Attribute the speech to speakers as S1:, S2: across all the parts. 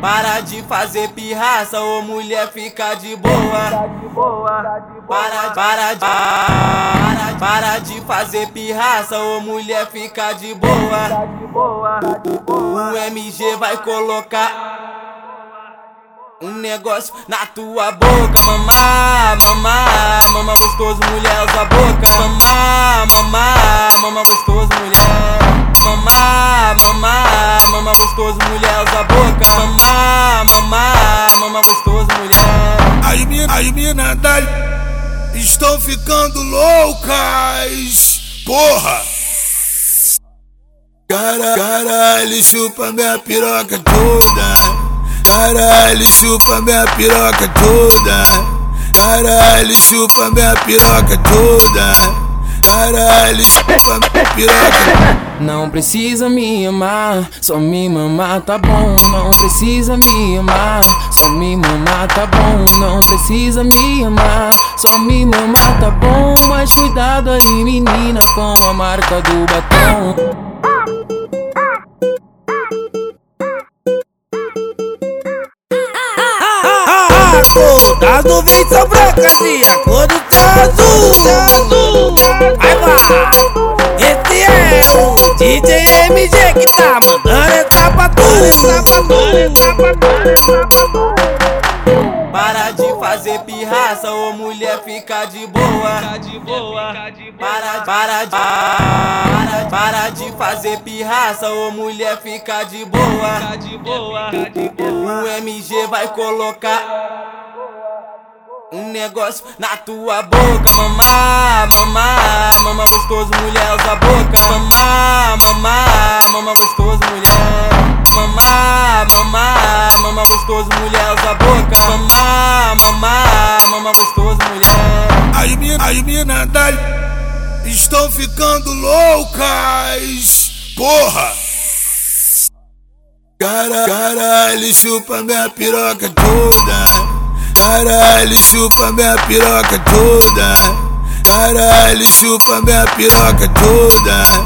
S1: Para de fazer pirraça, ô mulher fica Tá de boa. Para, para, de- para, para de fazer pirraça, ô mulher fica Tá de boa. O MG vai colocar um negócio na tua boca, mamá, mamá, mamá gostoso, mulher usa a boca, mamá, mamá, mamá gostoso, mulher, mamá, mamá, mamá gostoso, mulher usa a boca, mamá, mamá, mamá gostoso, mulher.
S2: As minas, as mina da estão ficando loucas. Porra! Cara, caralho, chupa minha piroca toda. Caralho, chupa minha piroca toda. Caralho, chupa minha piroca toda. Caralho, chupa minha piroca.
S1: Não precisa me amar, só me mamar tá bom. Não precisa me amar, só me mamar tá bom. Não precisa me amar, só me mamar tá bom. Mas cuidado aí, menina, com a marca do batom.
S3: As nuvens são brancas e a cor do céu é azul. Aí vai, esse é o DJ MG que tá mandando essa patrulha.
S1: Para de fazer pirraça, ô mulher fica de boa. Tá Para, para, para, para de fazer pirraça, ô mulher fica de boa. Tá O MG vai colocar um negócio na tua boca, mamá, mamá, mamá gostoso, mulher usa a boca, mamá, mamá, mamá gostoso, mulher, mamá, mamá, mamá gostoso, mulher usa a boca, mamá, mamá, mamá gostoso, mulher.
S2: As minas, as mina da estão ficando loucas. Porra! Cara, caralho, chupa minha piroca toda. Caralho, chupa minha piroca toda. Caralho, chupa minha piroca toda.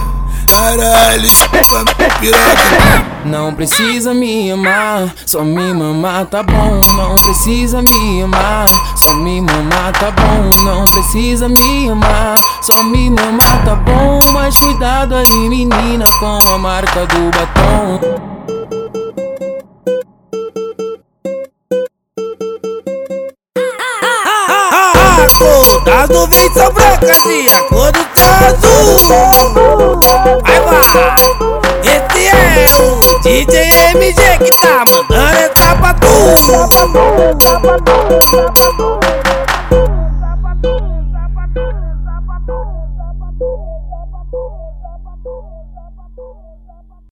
S2: Caralho, chupa minha piroca.
S1: Não precisa me amar, só me mamar tá bom. Não precisa me amar, só me mamar tá bom. Não precisa me amar, só me mamar tá bom. Mas cuidado aí, menina, com a marca do batom.
S3: As nuvens são brancas e a cor do céu é azul. Aí vai, esse é o DJ
S1: é
S3: MG que tá mandando essa patrulha.